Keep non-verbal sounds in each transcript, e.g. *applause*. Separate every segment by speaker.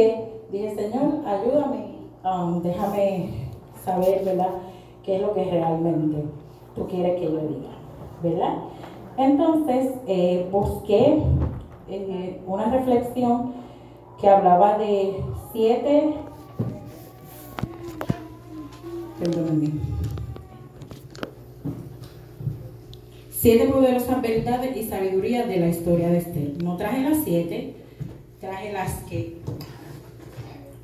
Speaker 1: que dije, Señor, ayúdame, um, déjame saber, ¿verdad?, qué es lo que realmente tú quieres que yo diga, ¿verdad? Entonces, eh, busqué eh, una reflexión que hablaba de siete. Perdóname. Siete poderosas verdades y sabiduría de la historia de Esther. No traje las siete, traje las que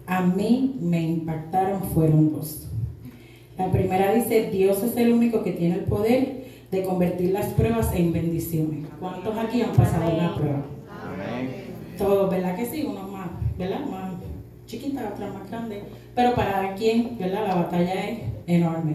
Speaker 1: a mí me impactaron fueron dos. La primera dice, Dios es el único que tiene el poder de convertir las pruebas en bendiciones. ¿Cuántos aquí han pasado una prueba? Todos, ¿verdad que sí? Uno más, ¿verdad? Más chiquita, otra más grande. Pero para quien, ¿verdad? La batalla es enorme.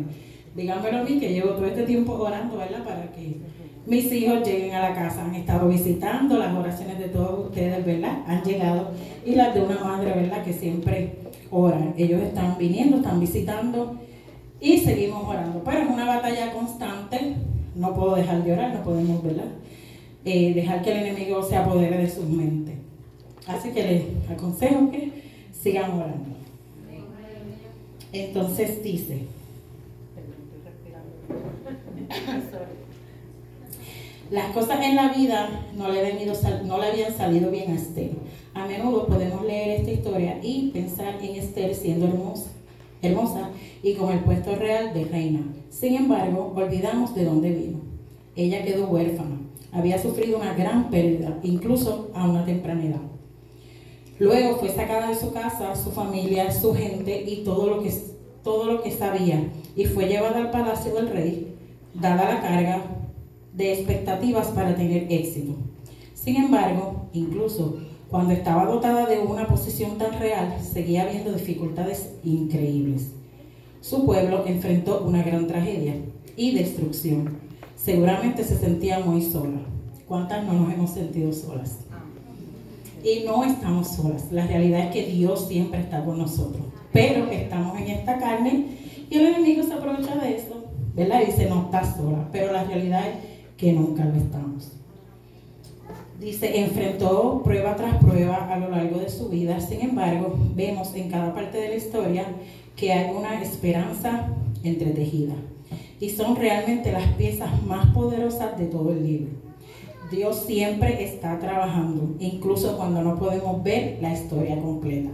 Speaker 1: Díganmelo a mí que llevo todo este tiempo orando, ¿verdad? Para que mis hijos lleguen a la casa. Han estado visitando las oraciones de todos ustedes, ¿verdad? Han llegado. Y las de una madre, ¿verdad? Que siempre oran. Ellos están viniendo, están visitando y seguimos orando. Pero es una batalla constante. No puedo dejar de orar, no podemos, ¿verdad? Eh, dejar que el enemigo se apodere de sus mentes. Así que les aconsejo que sigan orando. Entonces dice. Las cosas en la vida no le, habían ido sal- no le habían salido bien a Esther. A menudo podemos leer esta historia y pensar en Esther siendo hermosa, hermosa y con el puesto real de reina. Sin embargo, olvidamos de dónde vino. Ella quedó huérfana. Había sufrido una gran pérdida, incluso a una temprana edad. Luego fue sacada de su casa, su familia, su gente y todo lo que, todo lo que sabía. Y fue llevada al palacio del rey, dada la carga, de expectativas para tener éxito. Sin embargo, incluso cuando estaba dotada de una posición tan real, seguía habiendo dificultades increíbles. Su pueblo enfrentó una gran tragedia y destrucción. Seguramente se sentía muy sola. ¿Cuántas no nos hemos sentido solas? Y no estamos solas. La realidad es que Dios siempre está con nosotros. Pero estamos en esta carne y el enemigo se aprovecha de eso, ¿verdad? Y dice, no estás sola. Pero la realidad es que nunca lo estamos. Dice, enfrentó prueba tras prueba a lo largo de su vida. Sin embargo, vemos en cada parte de la historia que hay una esperanza entretejida. Y son realmente las piezas más poderosas de todo el libro. Dios siempre está trabajando, incluso cuando no podemos ver la historia completa.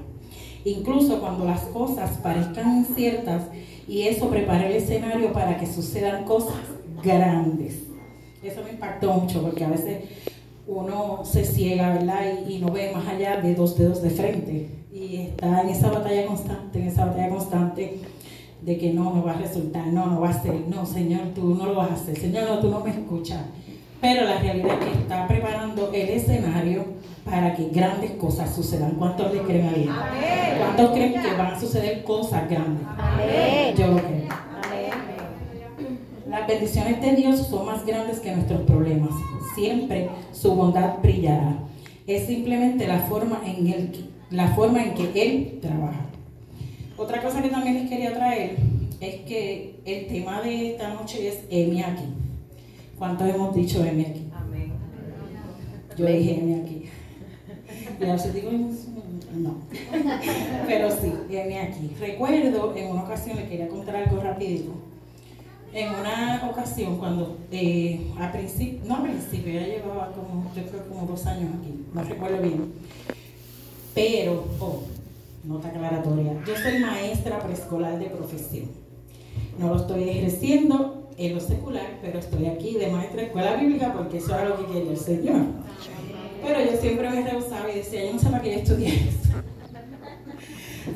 Speaker 1: Incluso cuando las cosas parezcan inciertas y eso prepara el escenario para que sucedan cosas grandes. Eso me impactó mucho porque a veces uno se ciega, ¿verdad? Y, y, no ve más allá de dos dedos de frente. Y está en esa batalla constante, en esa batalla constante de que no, no va a resultar, no, no va a ser, no, Señor, tú no lo vas a hacer, Señor, no, tú no me escuchas. Pero la realidad es que está preparando el escenario para que grandes cosas sucedan. ¿Cuántos le creen a Dios? ¿Cuántos creen que van a suceder cosas grandes? Amén. Yo lo creo. Las bendiciones de Dios son más grandes que nuestros problemas. Siempre su bondad brillará. Es simplemente la forma en, el, la forma en que Él trabaja. Otra cosa que también les quería traer es que el tema de esta noche es Emiaki. ¿Cuántos hemos dicho Emiaki? Amén. Yo dije Emiaki. Y a veces digo, no. Pero sí, Emiaki. Recuerdo en una ocasión, le quería contar algo rapidito en una ocasión cuando eh, a principio, no a principio, ya llevaba como, yo creo como dos años aquí, no recuerdo bien. Pero, oh, nota aclaratoria, yo soy maestra preescolar de profesión. No lo estoy ejerciendo en lo secular, pero estoy aquí de maestra de escuela bíblica porque eso era lo que quería el Señor. Pero yo siempre me rehusaba y decía, yo no sé para qué yo estudié eso.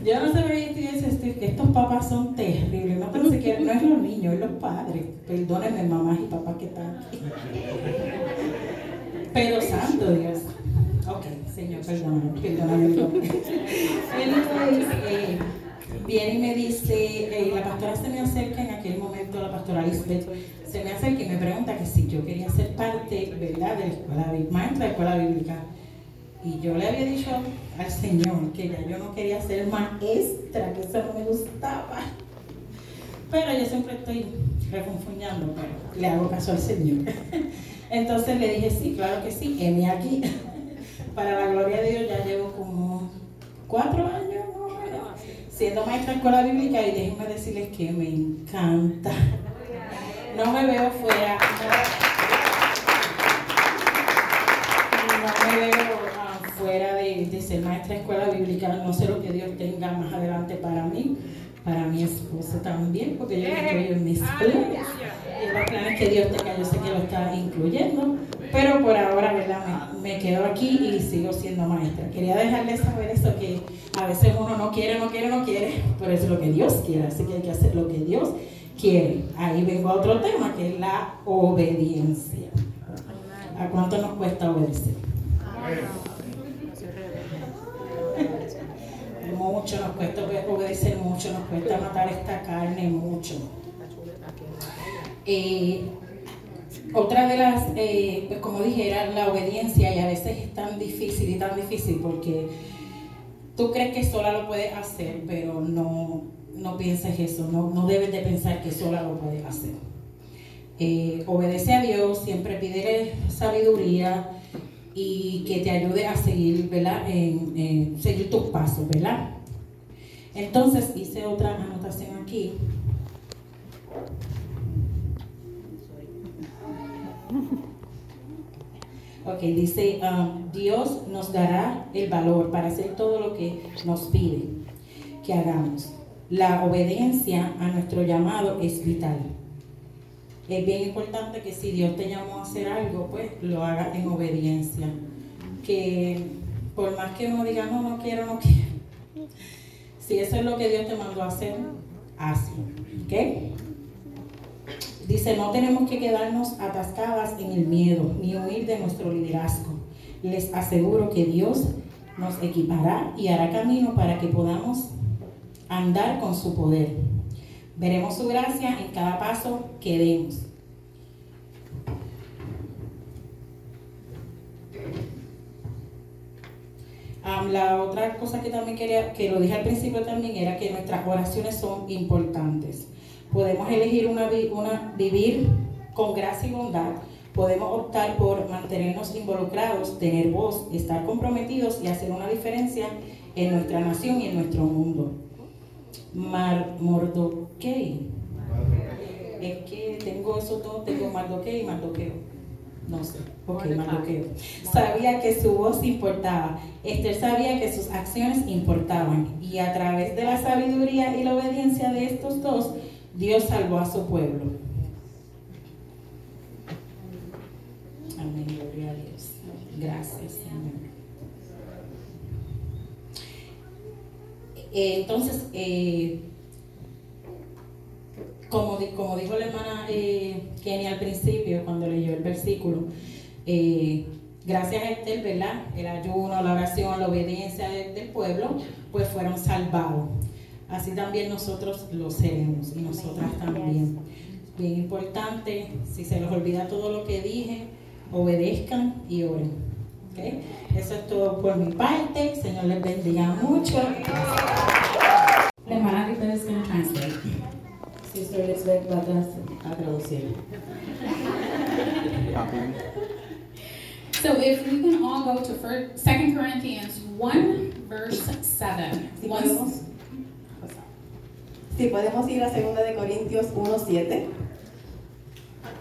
Speaker 1: Yo no sé qué decir que estos papás son terribles. No, pero siquiera, no es los niños, es los padres. Perdónenme, mamás y papás que están aquí. Pero santo Dios. Ok, Señor, perdóname, perdóname. Entonces, eh, viene y me dice, eh, la pastora se me acerca en aquel momento, la pastora Lisbeth, se me acerca y me pregunta que si yo quería ser parte, ¿verdad?, de la escuela, maestra de escuela bíblica. Y yo le había dicho al Señor que ya yo no quería ser maestra, que eso no me gustaba. Pero yo siempre estoy refunfuñando, pero le hago caso al Señor. *laughs* Entonces le *laughs* dije, sí, claro que sí, heme aquí. Para la gloria de Dios ya llevo como cuatro años, no me acuerdo, siendo maestra de escuela bíblica y déjenme decirles que me encanta. No me veo fuera. No, no me veo ah, fuera de, de ser maestra de escuela bíblica. No sé lo que Dios tenga más adelante para mí, para mi esposo también, porque yo no estoy en mis planes. Y los planes que Dios tenga, yo sé que lo está incluyendo. Pero por ahora, ¿verdad? Me, me quedo aquí y sigo siendo maestra. Quería dejarles saber eso, que a veces uno no quiere, no quiere, no quiere, pero es lo que Dios quiere. Así que hay que hacer lo que Dios quiere. Ahí vengo a otro tema, que es la obediencia. ¿A cuánto nos cuesta obedecer? Mucho nos cuesta obe- obedecer, mucho nos cuesta matar esta carne, mucho. Eh, otra de las, eh, pues como dije, era la obediencia y a veces es tan difícil y tan difícil porque tú crees que sola lo puedes hacer, pero no, no pienses eso, no, no debes de pensar que sola lo puedes hacer. Eh, obedece a Dios, siempre pídele sabiduría y que te ayude a seguir, ¿verdad? En, en seguir tus pasos, ¿verdad? Entonces hice otra anotación aquí. Ok, dice, um, Dios nos dará el valor para hacer todo lo que nos pide que hagamos. La obediencia a nuestro llamado es vital. Es bien importante que si Dios te llamó a hacer algo, pues lo hagas en obediencia. Que por más que uno diga, no, no quiero, no quiero. *laughs* Si eso es lo que Dios te mandó a hacer, hazlo. ¿Ok? Dice, no tenemos que quedarnos atascadas en el miedo ni huir de nuestro liderazgo. Les aseguro que Dios nos equipará y hará camino para que podamos andar con su poder. Veremos su gracia en cada paso que demos. Am, la otra cosa que también quería, que lo dije al principio también, era que nuestras oraciones son importantes. Podemos elegir una, vi- una- vivir con gracia y bondad. Podemos optar por mantenernos involucrados, tener voz, estar comprometidos y hacer una diferencia en nuestra nación y en nuestro mundo. Mar Mordoquei. Es que tengo eso todo, tengo Mardoqueo y Mardoqueo. No sé, ok, Mardoqueo. Sabía que su voz importaba. Esther sabía que sus acciones importaban. Y a través de la sabiduría y la obediencia de estos dos, Dios salvó a su pueblo. Amén, gloria a Dios. Gracias, Señor. Eh, Entonces, eh, como, di- como dijo la hermana eh, Kenny al principio, cuando leyó el versículo, eh, gracias a Esther, ¿verdad? El ayuno, la oración, la obediencia de- del pueblo, pues fueron salvados. Así también nosotros lo seremos y nosotras también. Bien importante, si se les olvida todo lo que dije, obedezcan y oren. ¿ok? Eso es todo por mi parte. Señor les bendiga mucho. La hermana Rita is going to translate. Sister Elizabeth va a- a traducir.
Speaker 2: So if we can all go to First, Second Corinthians one verse seven.
Speaker 3: Si
Speaker 2: One-
Speaker 3: podemos, si podemos ir a 2 de Corintios 1.7.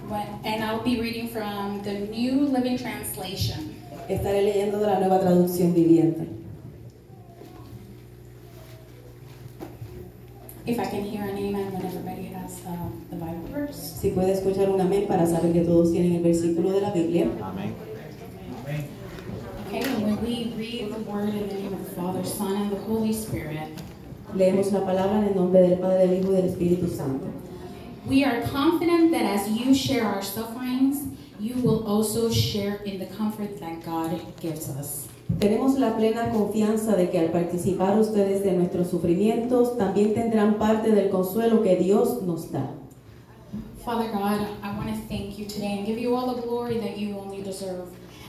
Speaker 2: one- and I'll be reading from the New Living Translation.
Speaker 3: Estaré leyendo de la nueva traducción viviente.
Speaker 2: If I can hear an amen when everybody has uh, the Bible verse.
Speaker 3: Si puede escuchar un amén para saber que todos tienen el versículo de la Biblia.
Speaker 2: Okay, and when we read the word in the name of the Father, Son, and the Holy Spirit,
Speaker 3: Leemos la palabra en el nombre del Padre, del Hijo y del Espíritu Santo.
Speaker 2: we are confident that as you share our sufferings, you will also share in the comfort that God gives us.
Speaker 3: Tenemos la plena confianza de que al participar ustedes de nuestros sufrimientos, también tendrán parte del consuelo que Dios nos da.
Speaker 2: Father God, I want to thank you today and give you all the glory that you only deserve.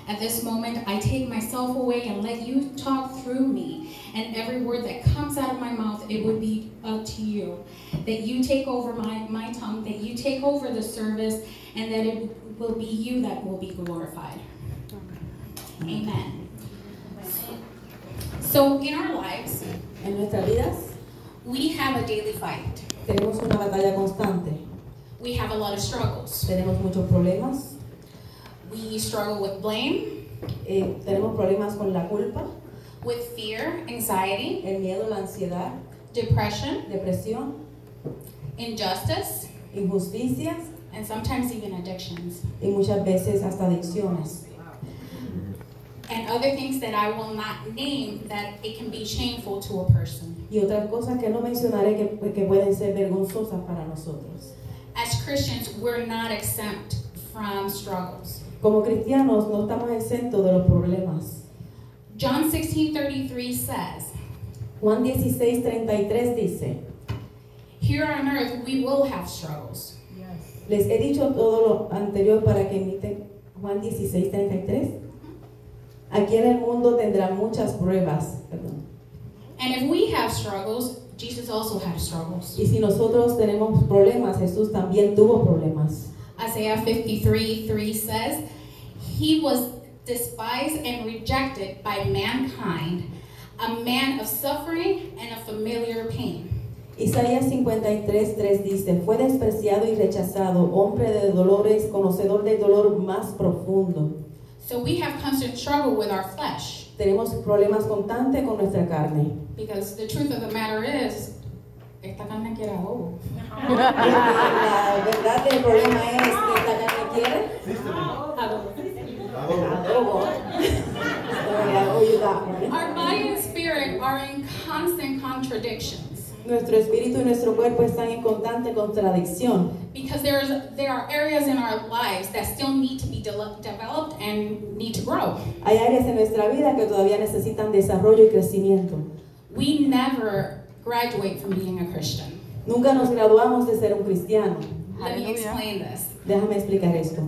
Speaker 2: At this moment, I take myself away and let you talk through me, and every word that comes out of my mouth, it would be up to you. That you take over my, my tongue, that you take over the service, and that it will be you that will be glorified. Amen. So in our lives,
Speaker 3: En nuestras vidas
Speaker 2: we have a daily fight.
Speaker 3: tenemos una batalla constante,
Speaker 2: We have a lot of struggles.
Speaker 3: tenemos muchos problemas,
Speaker 2: We struggle with blame,
Speaker 3: eh, tenemos problemas con la culpa,
Speaker 2: with fear, anxiety,
Speaker 3: el miedo, la ansiedad,
Speaker 2: depression,
Speaker 3: depresión,
Speaker 2: injustice,
Speaker 3: injusticias
Speaker 2: and sometimes even addictions.
Speaker 3: y muchas veces hasta adicciones.
Speaker 2: And other things that I will not name that it can be shameful to a person.
Speaker 3: Y otras cosas que no mencionaré que, que pueden ser vergonzosas para nosotros.
Speaker 2: As Christians, we're not exempt from struggles.
Speaker 3: Como cristianos no estamos exentos de los problemas.
Speaker 2: John 16:33 says,
Speaker 3: Juan 16, 33 dice,
Speaker 2: "Here on earth we will have struggles,
Speaker 3: Les he dicho todo lo anterior para que imiten Juan 16, 33. Aquí en el mundo tendrán muchas pruebas. perdón.
Speaker 2: and if we have struggles, Jesus also had struggles."
Speaker 3: Y si nosotros tenemos problemas, Jesús también tuvo problemas.
Speaker 2: Isaiah 53:3 says, "He was despised and rejected by mankind, a man of suffering and of familiar pain."
Speaker 3: Isaías 53, 3 dice, fue despreciado y rechazado, hombre de dolores, conocedor del dolor más profundo.
Speaker 2: So we have constant struggle with our flesh
Speaker 3: Tenemos problemas constantes con nuestra carne.
Speaker 2: because the truth of the matter is, esta carne quiere ahogo.
Speaker 3: La verdad del problema es que esta carne quiere adobo. Sorry, I owe you that one.
Speaker 2: Our body and spirit are in constant contradictions
Speaker 3: Nuestro espíritu y nuestro cuerpo están en constante contradicción,
Speaker 2: because there is there are areas in our lives that still need to be de- developed and need to grow.
Speaker 3: hay áreas en nuestra vida que todavía necesitan desarrollo y crecimiento.
Speaker 2: We never graduate from being a Christian.
Speaker 3: Nunca nos graduamos de ser un cristiano.
Speaker 2: Let me explain this.
Speaker 3: Déjame explicar esto.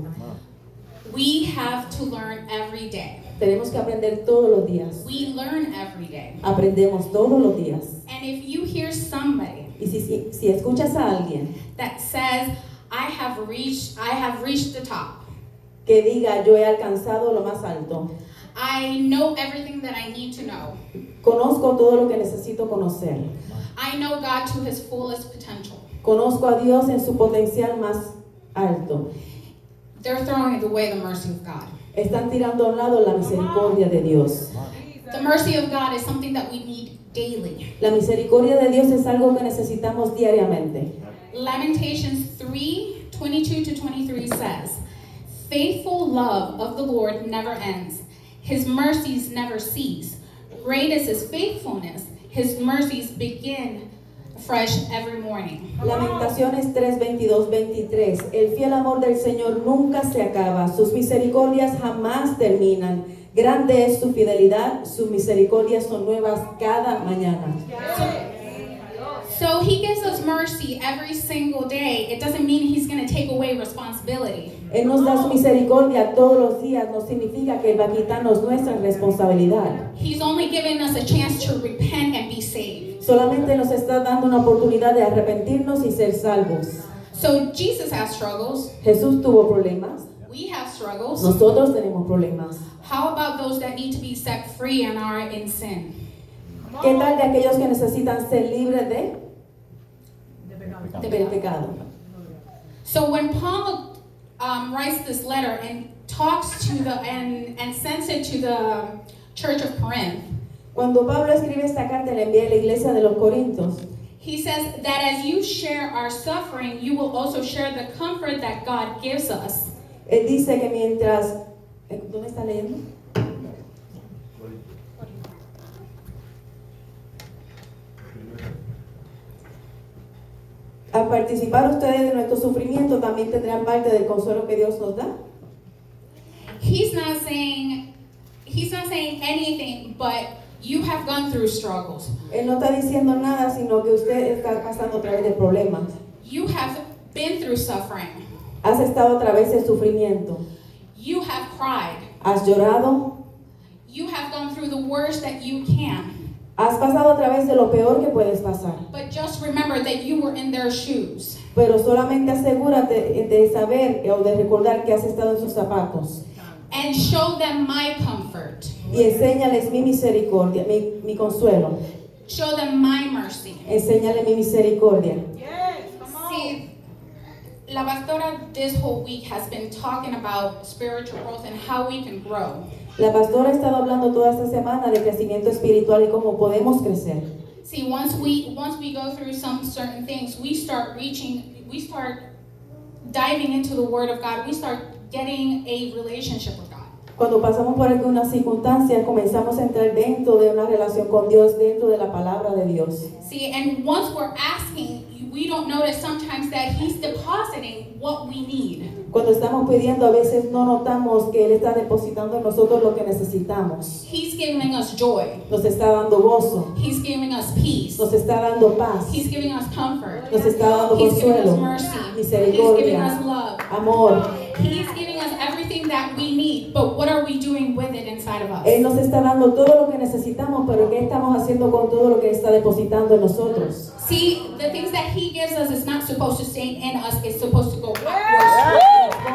Speaker 2: We have to learn every day.
Speaker 3: Tenemos que aprender todos los días.
Speaker 2: We learn every day.
Speaker 3: Aprendemos todos los días.
Speaker 2: And if you hear somebody
Speaker 3: Y si, si, si escuchas a alguien
Speaker 2: that says, "I have reached I have reached the top.
Speaker 3: que diga yo he alcanzado lo más alto,
Speaker 2: I know everything that I need to know.
Speaker 3: conozco todo lo que necesito conocer,
Speaker 2: I know God to his fullest potential."
Speaker 3: conozco a Dios en su potencial más alto,
Speaker 2: They're throwing away the mercy of God.
Speaker 3: están tirando a un lado la misericordia de Dios.
Speaker 2: The mercy of God is something that we need daily.
Speaker 3: La misericordia de Dios es algo que necesitamos diariamente.
Speaker 2: Lamentations 3 22 to 23 says, Faithful love of the Lord never ends, his mercies never cease. Great is his faithfulness, his mercies begin fresh every morning.
Speaker 3: Lamentaciones 3, 22, 23. El fiel amor del Señor nunca se acaba, sus misericordias jamás terminan. Grande es su fidelidad, sus misericordias son nuevas cada mañana.
Speaker 2: So he gives us mercy every single day. It doesn't mean he's going to take away responsibility.
Speaker 3: Él nos da su misericordia todos los días, no significa que Él va a quitarnos nuestra responsabilidad.
Speaker 2: He's only giving us a chance to repent and be saved.
Speaker 3: Solamente nos está dando una oportunidad de arrepentirnos y ser salvos.
Speaker 2: So Jesus has struggles.
Speaker 3: Jesús tuvo problemas,
Speaker 2: We have struggles.
Speaker 3: nosotros tenemos problemas.
Speaker 2: How about those that need to be set free and are in sin?
Speaker 3: ¿Qué tal de aquellos que necesitan ser libres de,
Speaker 2: The
Speaker 3: del
Speaker 2: bill.
Speaker 3: pecado?
Speaker 2: So when Paul um, writes this letter and talks to the and and sends it to the church of Corinth,
Speaker 3: Cuando Pablo escribe esta carta, le envía a la iglesia de los Corintios.
Speaker 2: he says that as you share our suffering, you will also share the comfort that God gives us.
Speaker 3: Él dice que mientras. eh, ¿Dónde está leyendo? Al participar ustedes de nuestro sufrimiento, también tendrán parte del consuelo que Dios nos da.
Speaker 2: He's not saying he's not saying anything, but you have gone through struggles.
Speaker 3: Él no está diciendo nada, sino que usted está pasando a través de problemas.
Speaker 2: You have been through suffering.
Speaker 3: Has estado a través del sufrimiento.
Speaker 2: You have cried.
Speaker 3: Has llorado.
Speaker 2: You have gone through the worst that you can.
Speaker 3: Has pasado a través de lo peor que puedes pasar.
Speaker 2: But just remember that you were in their shoes.
Speaker 3: Pero solamente asegúrate de saber o de recordar que has estado en sus zapatos.
Speaker 2: And show them my comfort.
Speaker 3: y enséñales mi misericordia, mi, mi consuelo.
Speaker 2: Show them my mercy.
Speaker 3: Enséñales mi misericordia.
Speaker 4: Yes, come on.
Speaker 2: See, La Pastora this whole week has been talking about spiritual growth and how we can grow.
Speaker 3: La pastora ha estado hablando toda esta semana de crecimiento espiritual y cómo podemos crecer.
Speaker 2: See, once we once we go through some certain things, we start reaching, we start diving into the Word of God. We start getting a relationship with God.
Speaker 3: Cuando pasamos por algunas circunstancias, comenzamos a entrar dentro de una relación con Dios, dentro de la palabra de Dios.
Speaker 2: See, and once we're asking, we don't notice sometimes that He's depositing what we need.
Speaker 3: Cuando estamos pidiendo, a veces no notamos que Él está depositando en nosotros lo que necesitamos.
Speaker 2: He's giving us joy.
Speaker 3: Nos está dando gozo,
Speaker 2: He's giving us peace.
Speaker 3: nos está dando paz,
Speaker 2: He's giving us comfort.
Speaker 3: nos está dando
Speaker 2: He's giving us
Speaker 3: consuelo,
Speaker 2: mercy. He's giving us
Speaker 3: misericordia,
Speaker 2: love.
Speaker 3: amor.
Speaker 2: He's giving us everything that we need, but what are we doing with it inside of us?
Speaker 3: Él nos está dando todo lo que necesitamos, pero ¿qué estamos haciendo con todo lo que Él está depositando en nosotros?
Speaker 2: See, the things that He gives us is not supposed to stay in us, it's supposed to go outwards.
Speaker 3: Están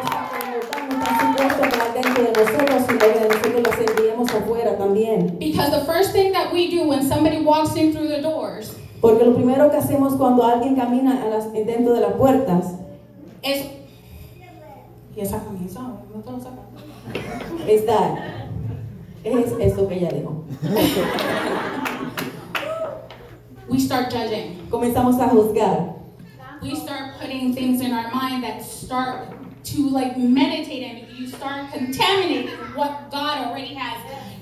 Speaker 3: supuestos para dentro de nosotros y luego de nosotros las enviamos afuera también.
Speaker 2: Because the first thing that we do when somebody walks in through the doors
Speaker 3: Porque lo primero que hacemos cuando alguien camina a las- dentro de las puertas
Speaker 2: is. Yes, I can use that.
Speaker 3: es dar. Es eso que ella dijo.
Speaker 2: We start judging.
Speaker 3: Comenzamos a juzgar.
Speaker 2: We start putting things in our mind that start to like meditate and you start contaminating what God already has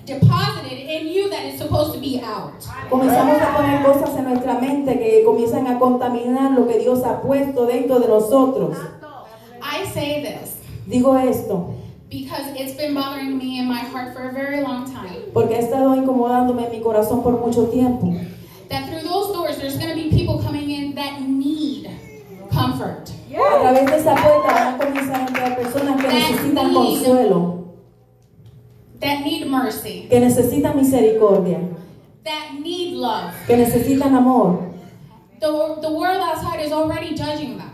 Speaker 2: deposited in you that is supposed to be out.
Speaker 3: Comenzamos a poner cosas en nuestra mente que comienzan a contaminar lo que Dios ha puesto dentro de nosotros.
Speaker 2: I say this
Speaker 3: Digo esto
Speaker 2: because it's been bothering me in my heart for a very long time.
Speaker 3: porque ha estado incomodándome en mi corazón por mucho tiempo.
Speaker 2: That through those doors, there's going to be people coming in that need comfort,
Speaker 3: A través de esa puerta van a comenzar a entrar personas que necesitan consuelo,
Speaker 2: that need mercy,
Speaker 3: que necesitan misericordia,
Speaker 2: that need love.
Speaker 3: que necesitan amor.
Speaker 2: The, the world outside is already judging them.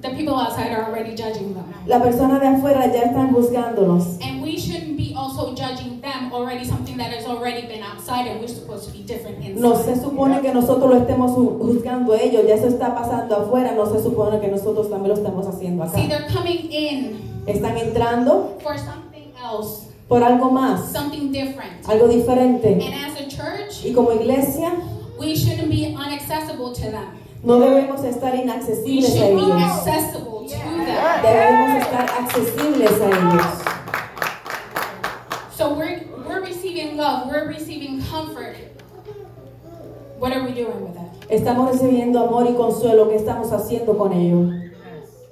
Speaker 2: The people outside are already judging them.
Speaker 3: La persona de afuera ya están juzgándonos
Speaker 2: And we shouldn't be also judging them already, something that has already been outside, and we're supposed to be different inside.
Speaker 3: No se supone que nosotros lo estemos ju- juzgando a ellos, ya eso está pasando afuera, no se supone que nosotros también lo estamos haciendo acá.
Speaker 2: See, they're coming in
Speaker 3: Están entrando
Speaker 2: for something else,
Speaker 3: por algo más,
Speaker 2: something different.
Speaker 3: algo diferente.
Speaker 2: And as a church,
Speaker 3: Y como iglesia,
Speaker 2: we shouldn't be inaccessible to them.
Speaker 3: no debemos estar
Speaker 2: We
Speaker 3: inaccesibles a
Speaker 2: should be
Speaker 3: ellos.
Speaker 2: accessible to them.
Speaker 3: Debemos estar accesibles a ellos.
Speaker 2: So we're we're receiving love, we're receiving comfort. What are we doing with that?
Speaker 3: Estamos recibiendo amor y consuelo. ¿Qué estamos haciendo con ello?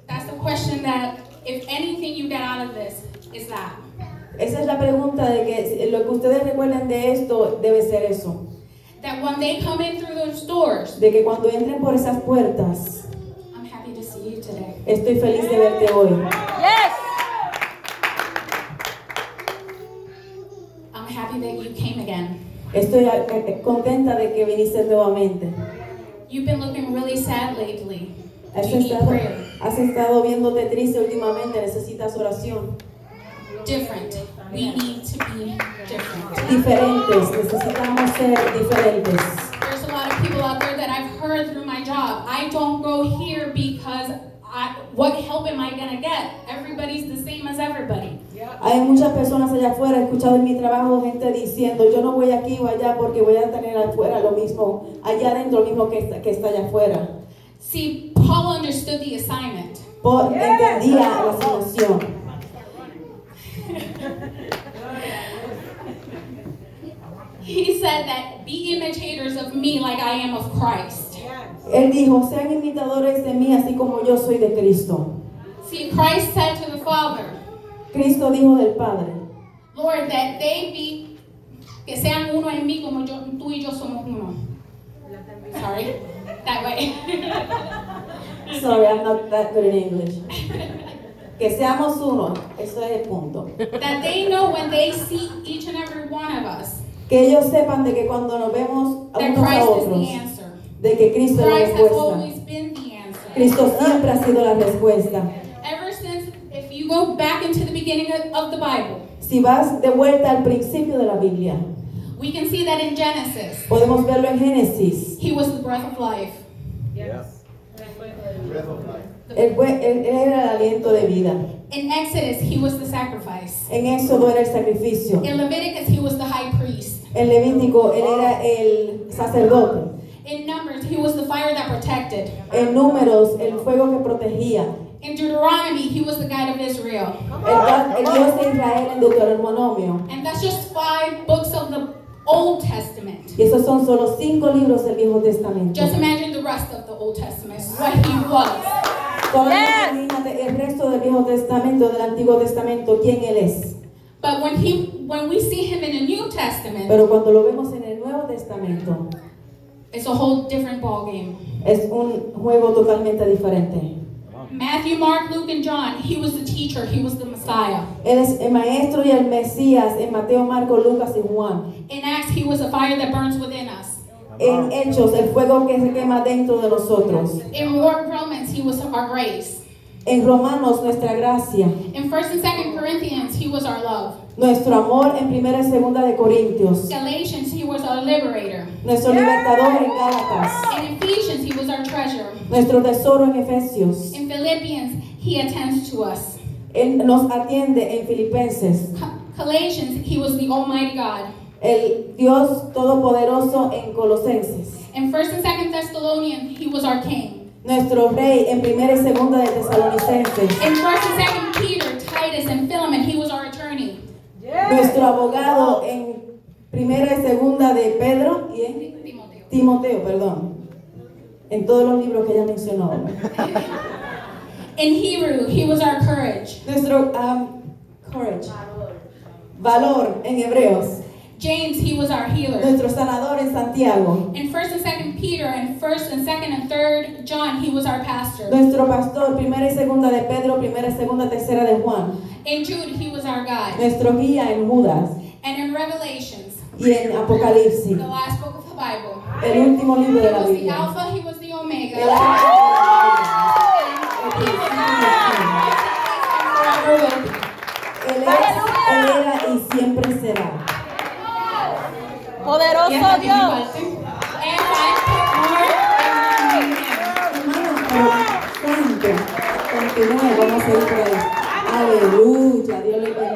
Speaker 2: That's the question that if anything you get out of this is that.
Speaker 3: Esa es la pregunta de que lo que ustedes recuerden de esto debe ser eso.
Speaker 2: That when they come in through those doors,
Speaker 3: De que cuando entren por esas puertas,
Speaker 2: I'm happy to see you today.
Speaker 3: estoy feliz de verte hoy.
Speaker 2: I'm happy that you came again.
Speaker 3: Estoy a- eh, contenta de que viniste nuevamente.
Speaker 2: You've been looking really sad lately.
Speaker 3: Has
Speaker 2: Do you need
Speaker 3: estado,
Speaker 2: prayer?
Speaker 3: has estado viéndote triste últimamente, necesitas oración.
Speaker 2: Different. We need to be different.
Speaker 3: Diferentes, necesitamos ser diferentes.
Speaker 2: There's a lot of people out there that I've heard through my job. I don't go here because I, what help am I gonna get? Everybody's the same as everybody.
Speaker 3: Hay muchas personas allá afuera, he escuchado en mi trabajo gente diciendo, yo no voy aquí o allá porque voy a tener afuera lo mismo, allá adentro lo mismo que está, que está allá afuera.
Speaker 2: See, Paul understood the assignment.
Speaker 3: Por, entendía la situación.
Speaker 2: He said that be imitators of me like I am of Christ.
Speaker 3: Él dijo, sean imitadores de mí así como yo soy de Cristo.
Speaker 2: See, Christ said to the Father,
Speaker 3: Cristo dijo del Padre,
Speaker 2: Lord, that they be, que sean uno en mí como yo, tú y yo somos uno. Sorry, that
Speaker 3: *laughs*
Speaker 2: way.
Speaker 3: sorry, I'm not that good in English. Que seamos uno, eso es el punto.
Speaker 2: that they know when they see each and every one of us
Speaker 3: Que ellos sepan de que cuando nos vemos
Speaker 2: that
Speaker 3: unos a
Speaker 2: Christ is
Speaker 3: otros,
Speaker 2: the answer.
Speaker 3: de que Cristo es la
Speaker 2: Christ has
Speaker 3: respuesta.
Speaker 2: always been the answer.
Speaker 3: Cristo siempre ha sido la respuesta.
Speaker 2: Ever since, if you go back into the beginning of- of the Bible,
Speaker 3: Si vas de vuelta al principio de la Biblia,
Speaker 2: we can see that in Genesis,
Speaker 3: podemos verlo en Génesis.
Speaker 2: he was the breath of life.
Speaker 4: Yes. Breath of life.
Speaker 3: Él, fue- él- él era el aliento de vida.
Speaker 2: In Exodus, he was the sacrifice.
Speaker 3: En Éxodo era el sacrificio.
Speaker 2: In Leviticus, he was the high priest.
Speaker 3: En Levítico él era el sacerdote.
Speaker 2: In Numbers, he was the fire that protected.
Speaker 3: En Números, el fuego que protegía.
Speaker 2: In Deuteronomy, he was the guide of Israel.
Speaker 3: El, pa- el Dios de Israel en Deuteronomio.
Speaker 2: And that's just five books of the Old Testament.
Speaker 3: Y esos son solo cinco libros del Viejo Testamento.
Speaker 2: Just imagine the rest of the Old Testament, what he was.
Speaker 3: Solo imagínate el resto del Viejo Testamento, del Antiguo Testamento, quién Él es.
Speaker 2: But when he when we see him in the New Testament,
Speaker 3: Pero cuando lo vemos en el Nuevo Testamento,
Speaker 2: it's a whole different ballgame.
Speaker 3: es un juego totalmente diferente.
Speaker 2: Matthew, Mark, Luke, and John, he was the teacher, he was the Messiah.
Speaker 3: Él es el maestro y el Mesías en Mateo, Marco, Lucas y Juan.
Speaker 2: In Acts, he was a fire that burns within us.
Speaker 3: En Hechos, el fuego que se quema dentro de nosotros.
Speaker 2: In Romans, he was our grace.
Speaker 3: En Romanos, nuestra gracia.
Speaker 2: In 1st and 2nd Corinthians, he was our love.
Speaker 3: Nuestro amor en Primera y Segunda de Corintios.
Speaker 2: Galatians, he was our liberator.
Speaker 3: Nuestro libertador en Gálatas.
Speaker 2: In Ephesians, he was our treasure.
Speaker 3: Nuestro tesoro en Efesios.
Speaker 2: In Philippians, he attends to us.
Speaker 3: Él nos atiende en Filipenses.
Speaker 2: Co- Galatians, he was the Almighty God.
Speaker 3: El Dios Todopoderoso en Colosenses.
Speaker 2: In 1st and 2nd Thessalonians, he was our King.
Speaker 3: Nuestro Rey en Primera y Segunda de Tesalonicenses.
Speaker 2: In 1st and 2nd Peter, Titus, and Philemon, he was our attorney.
Speaker 3: Nuestro abogado en Primera y Segunda de Pedro y en
Speaker 2: Timoteo.
Speaker 3: Timoteo, perdón. En todos los libros que ya mencionó.
Speaker 2: In Hebrew, he was our courage.
Speaker 3: Nuestro um, courage. Valor en Hebreos.
Speaker 2: James, he was our healer.
Speaker 3: Nuestro sanador en Santiago.
Speaker 2: In 1st and 2nd Peter, and 1st and 2nd and 3rd John, he was our pastor.
Speaker 3: Nuestro pastor, primera y segunda de Pedro, primera y segunda, tercera de Juan.
Speaker 2: In Jude, he was our God.
Speaker 3: Nuestro guía en Judas
Speaker 2: And in Revelations,
Speaker 3: y en Apocalipsis,
Speaker 2: the last book of the Bible,
Speaker 3: el último
Speaker 2: he
Speaker 3: libro de la
Speaker 2: was the
Speaker 3: Biblia.
Speaker 2: Alpha, he was the Omega.
Speaker 3: El Alfa,
Speaker 2: He was the Alpha, forever will be.
Speaker 3: Él es, él era y siempre será.
Speaker 2: Yes,
Speaker 5: Poderoso
Speaker 2: I'll give you
Speaker 5: Dios.
Speaker 2: one. And I put more in my hand.
Speaker 3: Hermanos, pero tanto. Continúe, vamos a ir por ahí. Aleluya, Dios le bendiga.